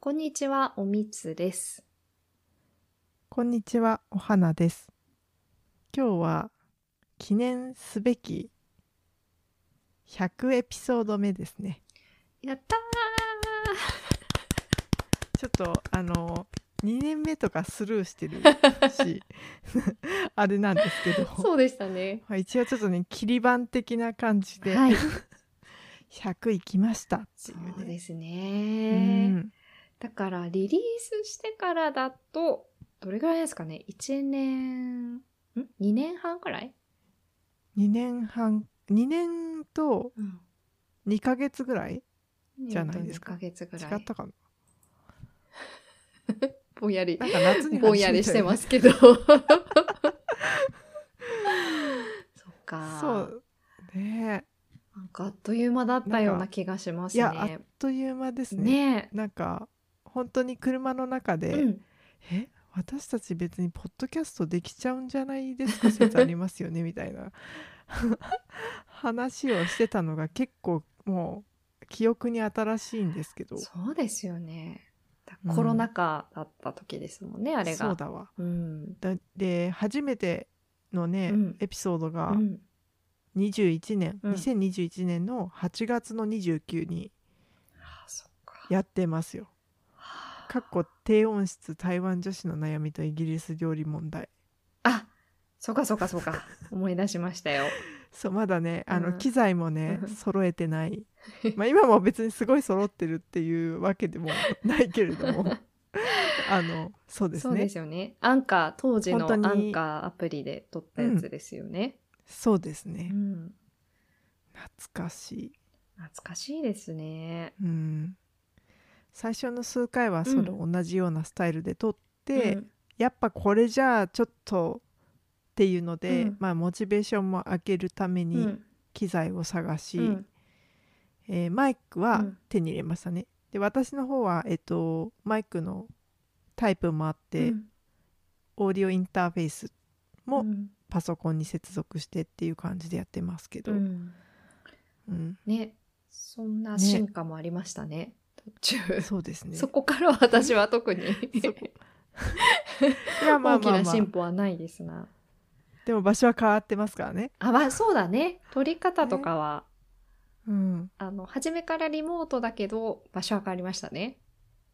こんにちは、おみつです。こんにちは、お花です。今日は記念すべき100エピソード目ですね。やったちょっとあの2年目とかスルーしてるし、 あれなんですけど、ーそうでしたね。まあ一応ちょっとね切り板的な感じで、 はい。 100いきましたってそいううね。ですうね。んだから、リリースしてからだと、どれぐらいですかね ?1 年、ん ?2 年半くらい2年半2年と2ヶ月ぐらいじゃないですか2ヶ月ぐ違らっい。たかなぼんやりな、んか夏にぼんやりしてますすけ ど。そっか。そうねなんかあっという間だったようなんなか気がしますいやあねっ。という間ですねねなんか本当に車の中で、え。うん。え私たち別にポッドキャストできちゃうんじゃないですか説ありますよねみたいな話をしてたのが結構もう記憶に新しいんですけどそうですよね。だうんコロナ禍だった時ですもんね、あれが。そうだわうん。だで初めてのね、うんエピソードうがん。 21年、うん2021年の8月の29にあ、そっか。やってますよ。はあかっこ低音質台湾女子の悩みとイギリス料理問題あ、そうかそうかそうか。思い出しましたよ。そうまだねあうの、ん機材もねうん揃え てないまあ今も別にすごい揃ってるっていうわけでも ないけれども あのそうですそうでねすよね。アンカー、当時の本当アにンカーアプリで撮ったやつですよね。そうですうねん。懐かしい懐かしいですね。うん最初の数回はそれう同じようなスタイルで撮って、うんやっぱこれじゃあちょっとっていうのうで、んまあモチベーションも上げるためうにん機材を探し、うんえーマイクうはん手に入れましたね。で私の方は、えっと、マイクのタイプもあって、うんオーディオインターフェースもうんパソコンに接続してっていう感じでやってますけど、ううんんね、そんなね進化もありましたね。途中。そうですね。そこからは私は特に そこいやまあ大きまあなまあ進歩はないですな。でも場所は変わってますからね。あ、まあそうだね。撮り方とかは、うん、あの、初めからリモートだけど、場所は変わりましたね。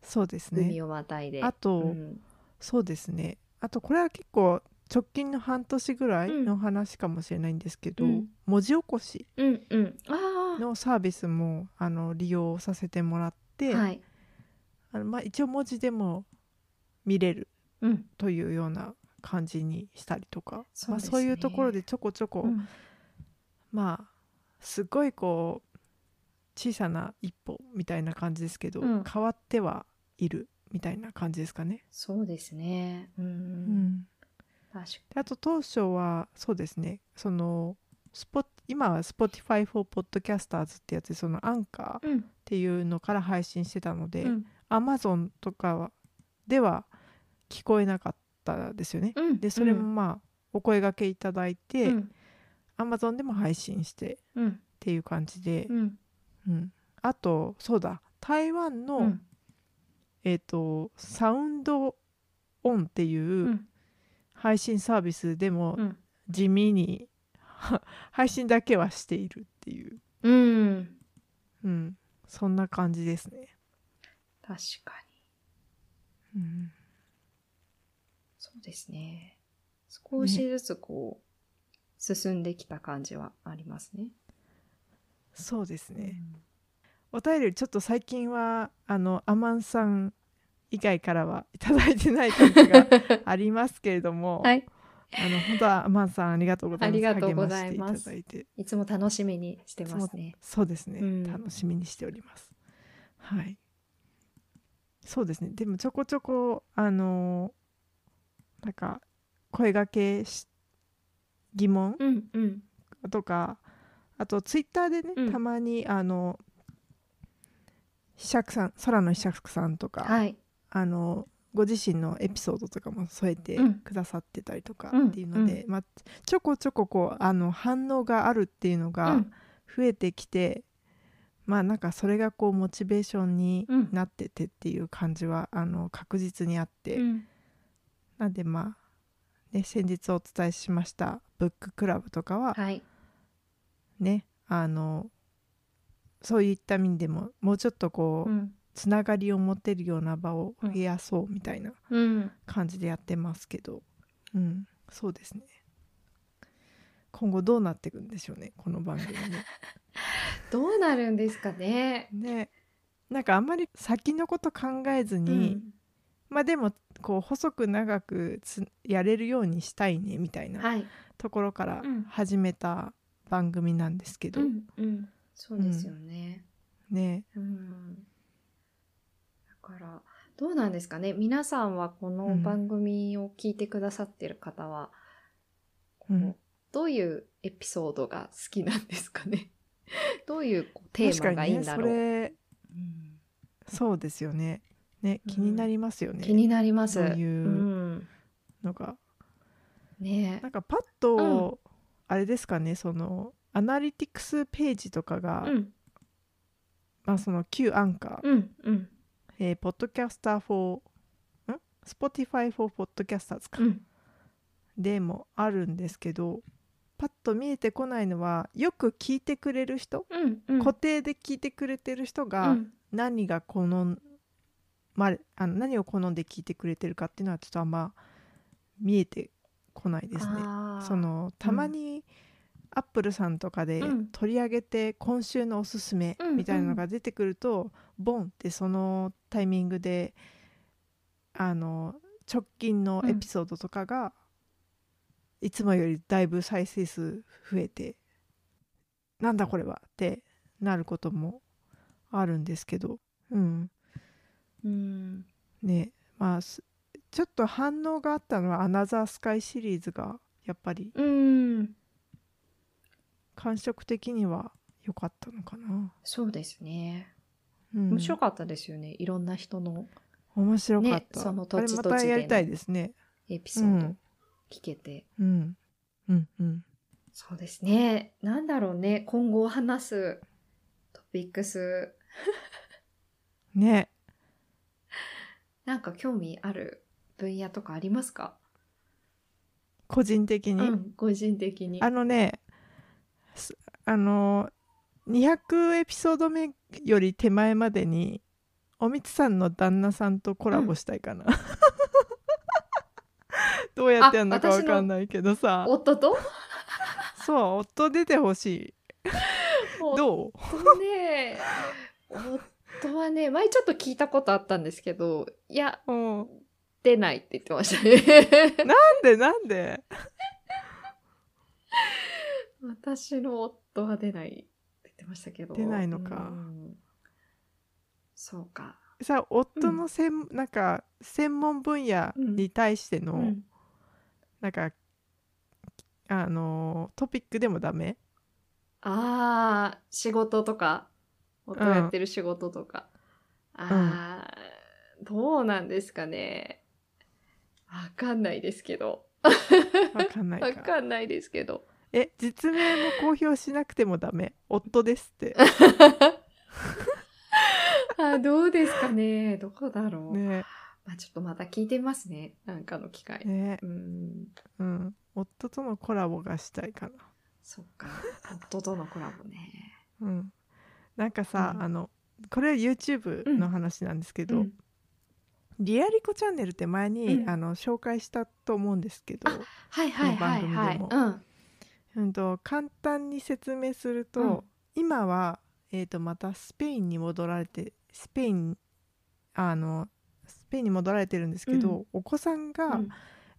そうですね。海をまたいで。あと、うんそうですね。あとこれは結構直近の半年ぐらいの話かもしれないんですけど、うん文字起こしうんうん。あのサービスもあの利用させてもらって、あ。はい。あのまあ、一応文字でも見れるうん。というような感じにしたりとかそうまあ、ですねそういうところでちょこちょこ、うんまあすごいこう小さな一歩みたいな感じですけど、うん変わってはいるみたいな感じですかね。そうですね。う。うんん、確かであと当初はそうですねそのスポ今は Spotify for Podcasters ってやつでそのアンカーっに。うん。ていうのから配信してたので、うん。 Amazon とかはでは聞こえなかったですよね。うんでそれもまあお声がけいただいて、うん Amazon でも配信してっうん。ていう感じでう、ん。うんあとそうだ台湾の、うん。えー、とサウンドオンってう。いうん配信サービスでもうん。地味に、 配信だけはしているっていう、うん。うん、そんな感じですね。確かに。うんそうですね。少しずつこう、進んできた感じはありますね。そうですね、お便りちょっと最近はあのアマンさん以外からはい ただいてない感じがありますけれども、 はい。あの本当はアマンさんありがとうございます。ありがとうございます励ましていただいて、いつも楽しみにしてますね。そうですね、うん楽しみにしております。はい。そうですね。でもちょこちょこあのなんか声掛けし疑問うんうんとかあとツイッターでね、うんたまにあのひしゃくさん空のひしゃくさんとか、はい。あのご自身のエピソードとかも添えてうんくださってたりとかうんっていうので、まあ、ちょこちょここうあの反応があるっていうのうがん増えてきて、まあなんかそれがこうモチベーションにうんなっててっていう感じは、あの確実にあって、うんなんでまあ、ね、先日お伝えしましたブッククラブとかははい。ね、あのそういった意味でももうちょっとこう、うん。つながりを持てるような場を増やそうみたいなうん。感じでやってますけど、うん、そうですね。今後どうなっていくんでしょうね、この番組どうなるんですかね。 ね。ね、なんかあんまり先のこと考えずうに、ん。まあでもこう細く長くつやれるようにしたいねみたいなはい。ところからうん始めた番組なんですけど、うん。うん。そうですよね。ね、うん。だから、どうなんですかね。皆さんはこうのん番組を聞いてくださってる方は、うんこうどういうエピソードが好きなんですかね。 どういうこうテーマがいいんだそろう。れうんそうですよね。ね、うん気になりますよね。気になります。そういううん、のがねなんかパッと、あれですかねそのアナリティクスページとかが、うんまあ、その旧アンカー、うんうんえーポッドキャスター for ん Spotify for ポッドキャスターズか、うんでもあるんですけどパッと見えてこないのはよく聞いてくれる人、うんうん固定で聞いてくれてる人うが、ん何が好ん、まあ、あの何を好んで聞いてくれてるかっていうのはちょっとあんま見えてこないですね。あーそのたまにアップルさんとかでうん取り上げて今週のおすすめうんみたいなのが出てくると、ボンってそのタイミングであの直近のエピソードとかが、いつもよりだいぶ再生数増えてなんだこれはってなることもあるんですけど、うん、うんねまあすちょっと反応があったのは「アナザースカイ」シリーズがやっぱりうん感触的には良かったのかな。そうですねうん面白かったですよね、いろんな人の面白かった。ねその土地あれ土地またでねやりたいですね。エピうソードん、聞けて、うん、うん、うん。そうですねなんだろうね今後話すトピックスね、なんか興味ある分野とかありますか、個人的うに、ん、個人的にあのね、すあの200エピソード目より手前までにおみつさんの旦那さんとコラボしたいかな。 どうやってやるのかわかんないけどさ、夫とそう夫出てほしい。どう？夫ね夫はね前ちょっと聞いたことあったんですけどいやうん。出ないって言ってましたねなんでなんで？私の夫は出ないって言ってましたけど出ないのかうんそうかさ夫の専なんか専門分野に対しての、うんなんかあのートピックでも ダメああ仕事とか夫がやってる仕事とか、ああどうなんですかねわかんないですけどわかんないかわかんないですけどえ実名も公表しなくてもダメ夫ですって あどうですかねどこだろう、ねまあ、ちょっとまた聞いてみますねなんかの機会、ねうんうん夫とのコラボがしたいかそっ か夫とのコラボねなうんなんかさ、うんあのこれは YouTube の話なんですけど、うんリアリコチャンネルって前に、うんあの紹介したと思うんですけど、はいはいはいはこの番い組でうんうん、と簡単に説明すると、うん今は、えー、とまたスペインに戻られてスペインあのスペインに戻られてるんですけど、うお子さんが、うん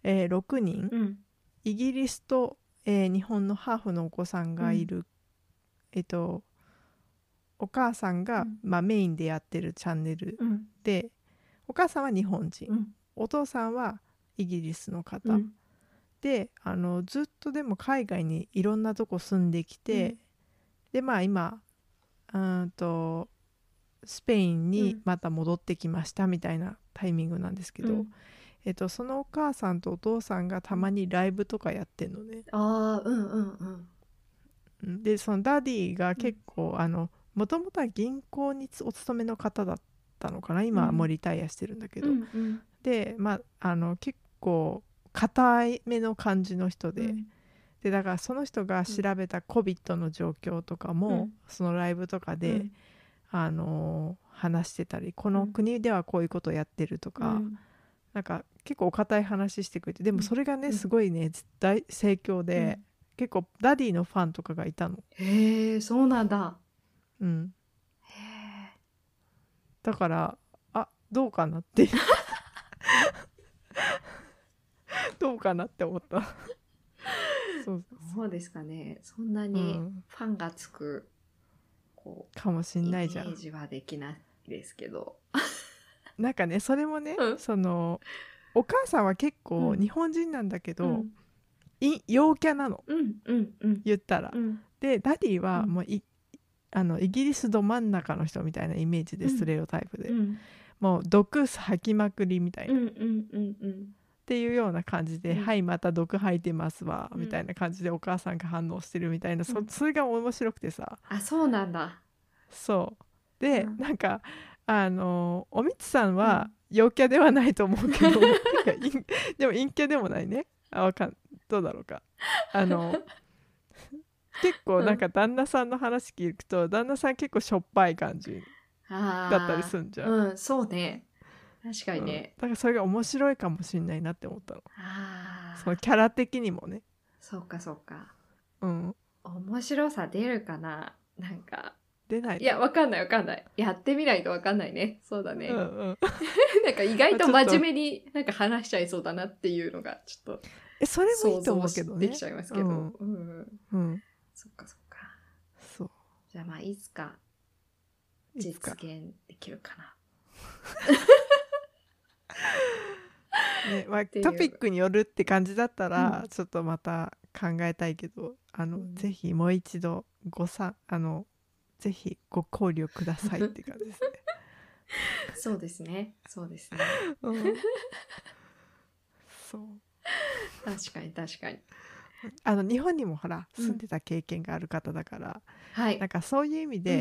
えー6人、うんイギリスと、えー日本のハーフのお子さんがいる、えっ、とお母さんが、うんまあ、メインでやってるチャンネルうんでお母さんは日本人、うんお父さんはイギリスの方、うんであのずっとでも海外にいろんなとこ住んできて、うんでまあ今うーんとスペインうにんまた戻ってきましたみたいなタイミングなんですけど、うんえっと、そのお母さんとお父さんがたまにライブとかやってんのね。ああうんうんうんうんでそのダディが結構、あのもともとは銀行につお勤めの方だったのかな今はもうリタイアしてるんだけど、うんうんで、まあ、あの結構硬い目の感じの人で,、うんでだからその人が調べた COVID の状況とかも、うんそのライブとかで、うんあの話してたりこの国ではこういうことやってるとか、うんなんか結構お堅い話してくれてでうもんそれがね、うんすごいね大盛況で、結構ダディのファンとかがいたの、へえそうなんだうん、へえだからあどうかなって どうかなって思ったそう、そうですかねそんなうにん、ファンがつく、こかもしうんイなメいじゃんージはできないですけどなんかねそれもね、うんそのお母さんは結構うん日本人なんだけど、うんい陽キャなのうんうんうん言ったら、うんでダディはうんもうい、あのイギリスど真ん中の人みたいなイメージでうんストレオタイプで、うんもう毒吐きまくりみたいな、うっんうんうんうんていうような感じで「うんはいまた毒吐いてますわ」うんみたいな感じでお母さんが反応してるみたいな、そうんそれが面白くてさあそうなんだそうで、うんなんかあのおみつさんは陽キャではないと思うけ ど、なんか陰でも陰キャでもないねあわかんどうだろうかあ の結構なんか旦那さんの話聞くと、旦那さん結構しょっぱい感じあーだったりすんじゃん、うんそうね確かにね、うんだからそれが面白いかもしれないなって思ったのああそのキャラ的にもねそうかそうかうん面白さ出るかななんか出ないいやわかんないわかんないやってみないとわかんないねそうだね、うんうん、なんか意外と真面目になんか話しちゃいそうだなっていうのがちょっとえそれもい想いと像思うけしどでねきちゃいますけど、ううんんうんそっかそっかそうじゃあまあいつかい実つか現できるかなねまあ、ていうトピックによるって感じだったら、うちょっとまた考えたいけどあの、うんぜひもう一度ごさあのぜひご考慮くださいって感じですね。そうですね そうですねうんそう確かに確かにあの日本にもほらうん住んでた経験がある方だから、はいなんかそういう意味で、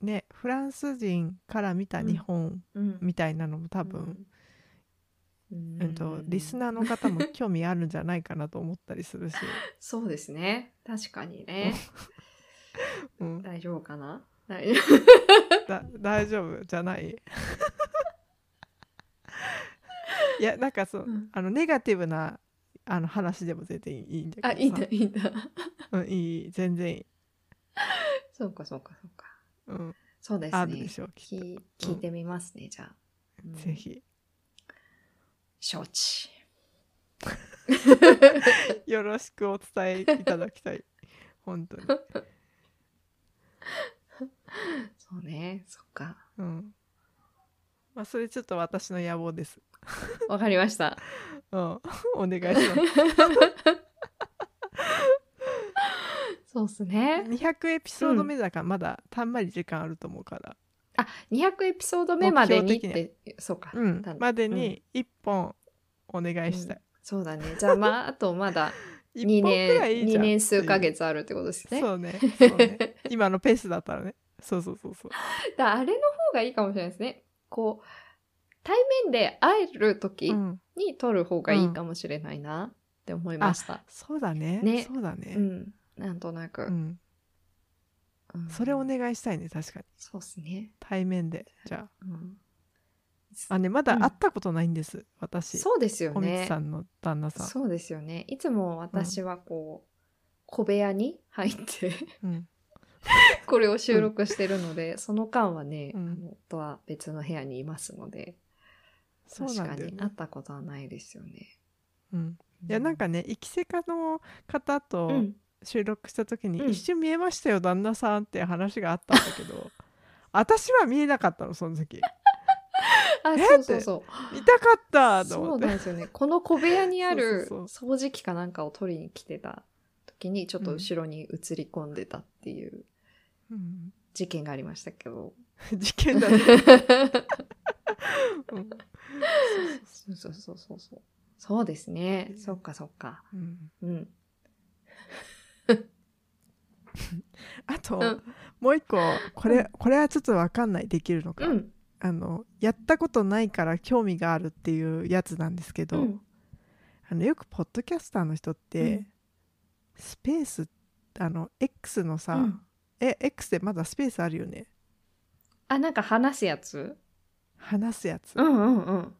ねフランス人から見た日本うんみたいなのも多分、うん、うんとリスナーの方も興味あるんじゃないかなと思ったりす るし、そうですね確かにねうん、大丈夫かな大丈だ大丈夫じゃないいやなんかそう、うんあのネガティブなあの話でも全然いいんだけど夫あさいいんだいいんだうん、いいいい全然いい、そうかそうかそうかうん、そうですねあるでしょうきっと、聞聞いてみますね、じゃあ、うんぜひ承知よろしくお伝えいただきたい 本当に、そうねそっかうんまあ、それちょっと私の野望です、わかりま したうん、お願いしますそうっす ね200エピソード目だからまだたんまり時間あると思うから、あ200エピソード目までにっ目標てそうか、うんたまでに1本お願いしたい、そうだねじゃあま ああとまだ一2本くらいい年いじ二ゃん年数ヶ月あるってことですねそうねそうね 今のペースだったらねそうそうそうそうだあれの方がいいかもしれないですねこう対面で会える時うん、に撮る方がいいかもしれないなって思いました、そうだねねそうだうんね、なんとなく、うんうんそれお願いしたいね確かにそうですね、対面でじゃうん、ああねまだ会ったことないんです、私そうですよおみつねさんの旦那さんそうですよねいつも私はこう、小部屋に入って うん、これを収録してるので、その間はね、うんあのとは別の部屋にいますのでそう確なかんだよにね会ったことはないですよね。うん、いやなんかね生きせかの方とうん収録した時に、うん一瞬見えましたよ旦那さんって話があったんだけど 私は見えなかったのその時あえそうそうそう見たかったと そ思うっなんてですよね。この小部屋にある そう掃除機かなんかを取りに来てた時に、ちょっと後ろに映り込んでたっていううん事件がありましたけど。 事件だね、うんそうそうそうそうそう。そうですね。うんそっかそっか。うんうん。あと、うんもう一個これ、うんこれはちょっとわかんないできるのか、うん。あのやったことないから興味があるっていうやつなんですけど、うんあのよくポッドキャスターの人って、うんスペースあの X のさ、うんえ X でまだスペースあるよねあ、なんか話すやつ話すやつ、うんうんうん。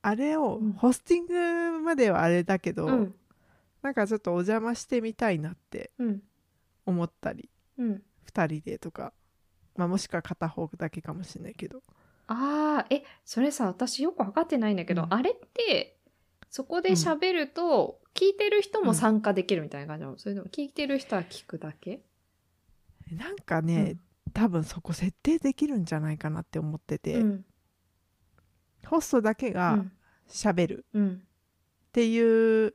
あれを、うんホスティングまではあれだけど、うんなんかちょっとお邪魔してみたいなってうん思ったりうん。 2人でとか、まあ、もしくは片方だけかもしれないけどああ、え、それさ、私よく分かってないんだけど、うんあれって、そこで喋ると、聞いてる人も参加できるみたいな感じなの、それでも聞いてる人は聞くだけなんかね、多分そこ設定できるんじゃないかなって思ってて、うん。ホストだけうがん喋るうん。っていう、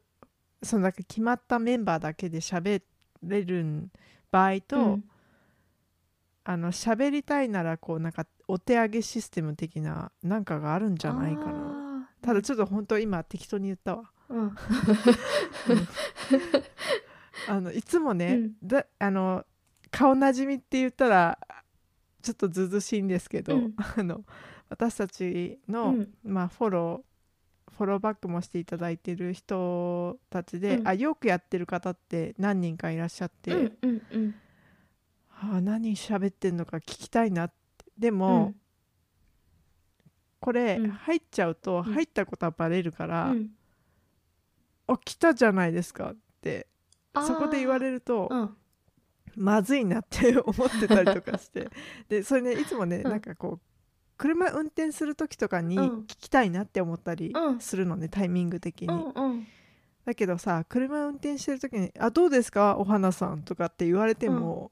そのだけ決まったメンバーだけで喋れる場合と、うんあの喋りたいならこうなんかお手上げシステム的ななんかがあるんじゃないかな。あーただちょっと本当今適当に言ったわ。うん。あのいつもね、うんだあの顔なじみって言ったらちょっとずうずうしいんですけど、うんあの私たちの、うんまあ、フォローフォローバックもしていただいてる人たちで、うんあよくやってる方って何人かいらっしゃって、うんうんうん。あ何喋ってんのか聞きたいなってでも、これうん入っちゃうとん入ったことはバレるかうん、ら「うんあ来たじゃないですか」ってそこで言わるれると、うん。まずいなって 思ってたりとかして でそれねいつもね、うんなんかこう車運転する時とかにうん聞きたいなって思ったりうんするのね、タイミング的に、うん うん。だけどさ車運転してる時に「あどうですかお花さん」とかって言われても、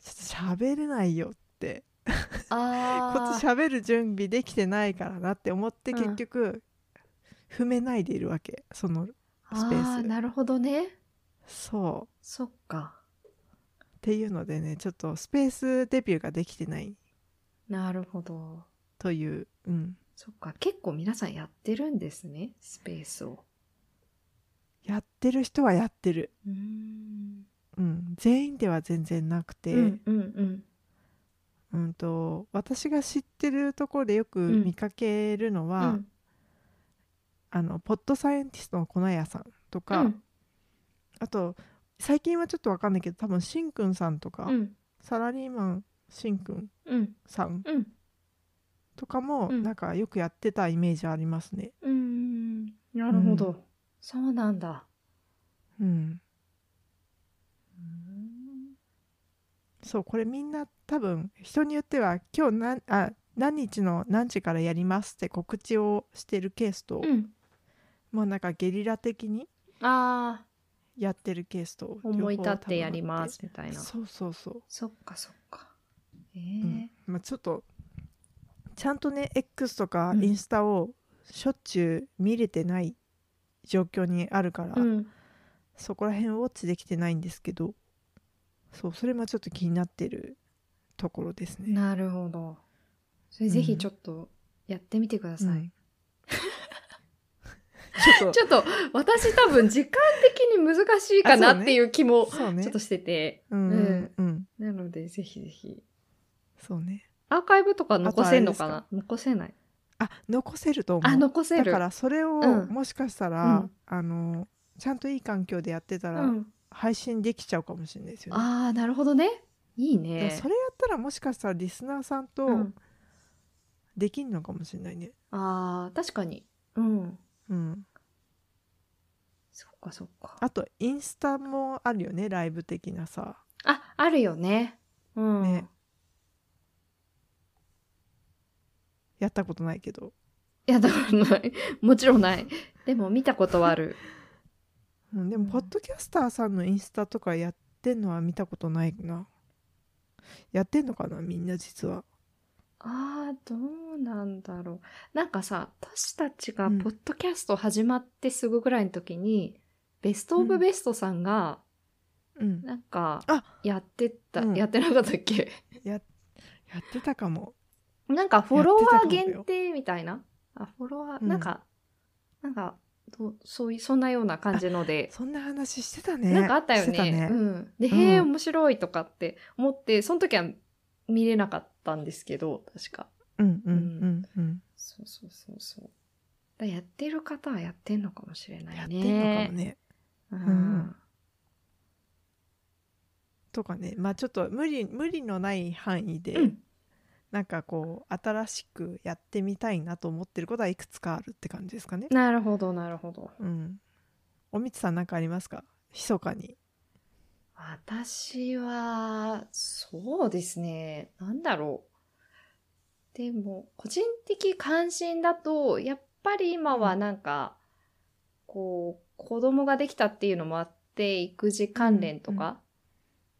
ちょっと喋れないよってこああ。っち喋る準備できてないからなって思ってうん結局、踏めないでいるわけそのスペースあーなるほどね。そうそっか。っていうのでねちょっとスペースデビューができてないなるほど。という、うん、そっか。結構皆さんやってるんですね、スペースを。やってる人はやってる、うーん。うん、全員では全然なくて、うんうんうん。うんと私が知ってるところでよくん見かけるのうは、んあのポッドサイエンティストの粉屋さんとか、うんあと最近はちょっとわかんないけど多分しんくんさんとか、うんサラリーマンしんくんうんさんうんとかも、うんなんかよくやってたイメージありますね。うんなるほど、そうなんだうん、そうこれみんな多分人によっては今日何あ何日の何時からやりますって告知をしてるケースと、うんもうなんかゲリラ的にあやってるケースとー思い立ってやりますみたい両な方多分あってそうそうそう、そっかそっかえうーんまあ、ちょっとちゃんとね X とかうんインスタをしょっちゅう見れてない状況にあるから、うんそこら辺ウォッチできてないんですけどそうそれもちょっと気になってるところですね。なるほどそれぜひちょっとやってみてください、うん、ちょ っとちょっと私多分時間的に難しいかあなそうねっていう気もそうねちょっとしてて、うんうんうんなのでぜひぜひそうねアーカイブとか残せんのかあな残せないあ残せると思うあ残せるだからそれを、うんもしかしたら、うんあのちゃんといい環境でやってたら、うん、配信できちゃうかもしれないですよね。ああなるほどねいいだねからそれやったらもしかしたらリスナーさんとうんできんのかもしれないね。あー確かにうんうん、そっかそっかああとインスタもあるよねライブ的なさ。あるよねうんねやったことないけど。いやだからないもちろんないでも見たことはあるうん、でも、うんポッドキャスターさんのインスタとかやってんのは見たことないな。やってんのかなみんな実は。あーどうなんだろうなんかさ私たちがうんポッドキャスト始まってすぐぐらいの時に、ベストオブベストさんがうん、なんかあやってた、うんやってなかったっけ ややってたかも。なんかフォロワーやってたと思う限よ定みたいなあフォロワー、うんなんかなんかとそういうそんなような感じので、そんな話してたねなんかあったよしてね。うん、で、うんへえ面白いとかって思ってその時は見れなかったんですけど確か。うんうんうんうん、そうそうそうそう。だやってる方はやってんのかもしれないね。やってんのかもねううんん。とかねまあちょっと無理無理のない範囲で、うんなんかこう新しくやってみたいなと思ってることはいくつかあるって感じですかね。なるほどなるほど。うん。おみつさんなんかありますか？密かに。私はそうですねなんだろうでも個人的関心だとやっぱり今はなんか、こう子供ができたっていうのもあって育児関連とか、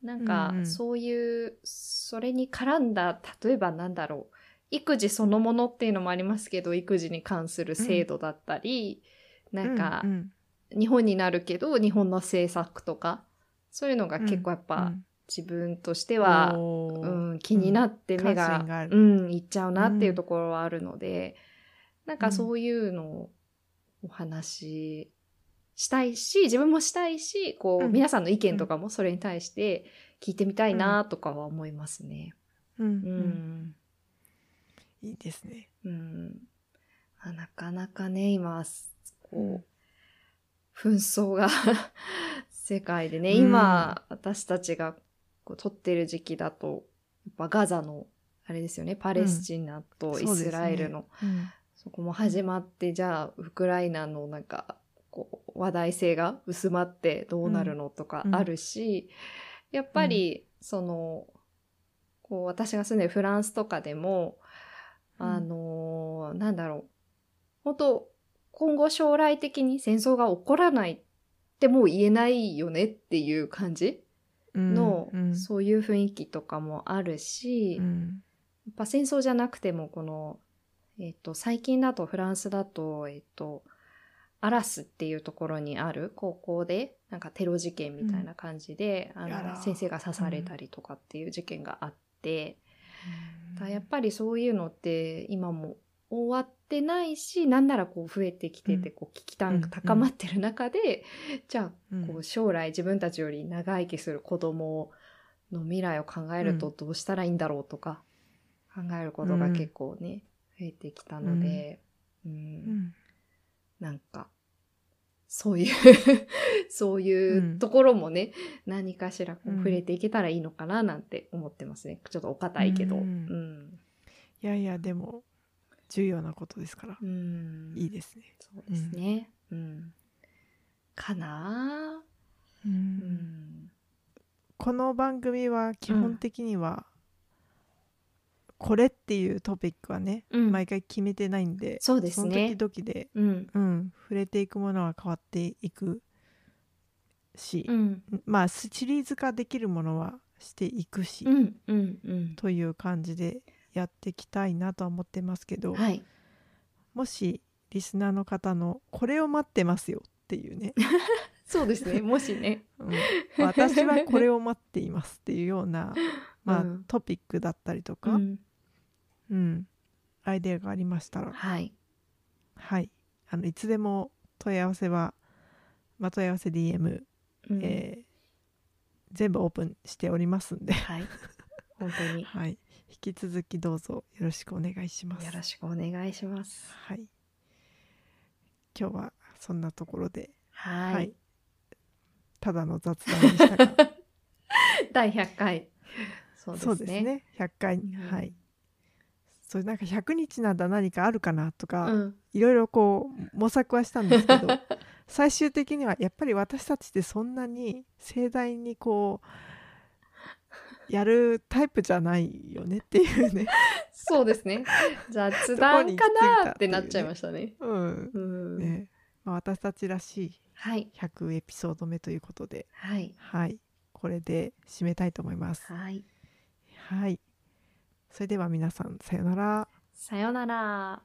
なんうんうかんそういう、それに絡んだ例えばなんだろう育児そのものっていうのもありますけど育児に関する制度だったり、なんか、うんうん日本になるけど日本の政策とかそういうのが結構やっぱ、うん自分としては、おうーん、気になって目関が,、心があるうん、いっちゃうなっていうところはあるので、なんかそういうのをお話ししたいし自分もしたいしこう、うん皆さんの意見とかもそれに対して聞いてみたいなとかは思いますね。うんううんんいいですね。うんまあなかなかね今こう、うん紛争が 世界でね、うん今私たちがこう取ってる時期だとやっぱガザのあれですよねパレスチナとイそうですスねラエルの、そうんこも始まってじゃあウクライナのなんかこう話題性が薄まってどうなるのとかあるし、やっぱりそのこう私が住んでるフランスとかでも、うんあのーなんだろう本当今後将来的に戦争が起こらないってもう言えないよねっていう感じの、うんそういう雰囲気とかもあるし、うやんっぱ戦争じゃなくてもこの、えっと最近だとフランスだと、えっとアラスっていうところにある高校でなんかテロ事件みたいな感じで、あやらの先生が刺されたりとかっていう事件があって。だやっぱりそういうのって今も終わってないしなんならこう増えてきてて、うこう危機感が高まってる中で、じゃうあんこう将来自分たちより長生きする子供の未来を考えるとどうしたらいいんだろうとか考えることが結構ね、増えてきたので、うんうんなんかそう いうそういうところもね、何かしらこううん触れていけたらいいのかななんて思ってますねちょっとお堅いけど。うんうんいやいやでも重要なことですからうんいいですね。そうですね。うん。かなあううんん。この番組は基本的にはこれっていうトピックはねうん毎回決めてないんでそうですね。その時々でうん。うん、触れていくものは変わっていくし、うん。まあシリーズ化できるものはしていくし、うん。うん。うん。という感じでやっていきたいなとは思ってますけど、はい。もしリスナーの方の「これを待ってますよ」ってい うね、そうですね。もしね。うん、私はこれを待っていますっていうような、まあうんトピックだったりとうか、ん。うんアイデアがありましたらはい。はいあのいつでも問い合わせは、まあ、問い合わせ DM うんえー全部オープンしておりますんで、 はい。本当に。はい、引き続きどうぞよろしくお願いします。よろしくお願いします。はい、今日はそんなところで、ははいい。ただの雑談でしたが第100回。 そうですね。そうですね100回、うんはいそうなんか100日なんだ何かあるかなとか、うん。いろいろこう模索はしたんですけ ど最終的にはやっぱり私たちってそんなに盛大にこうやるタイプじゃないよねってい うね、そうですね。雑談かなってなっちゃいましたね。うんうん。ねまあ、私たちらしいはい。 100エピソード目ということではい。はいこれで締めたいと思います。はい。はい、それでは皆さんさようなら。さよなら。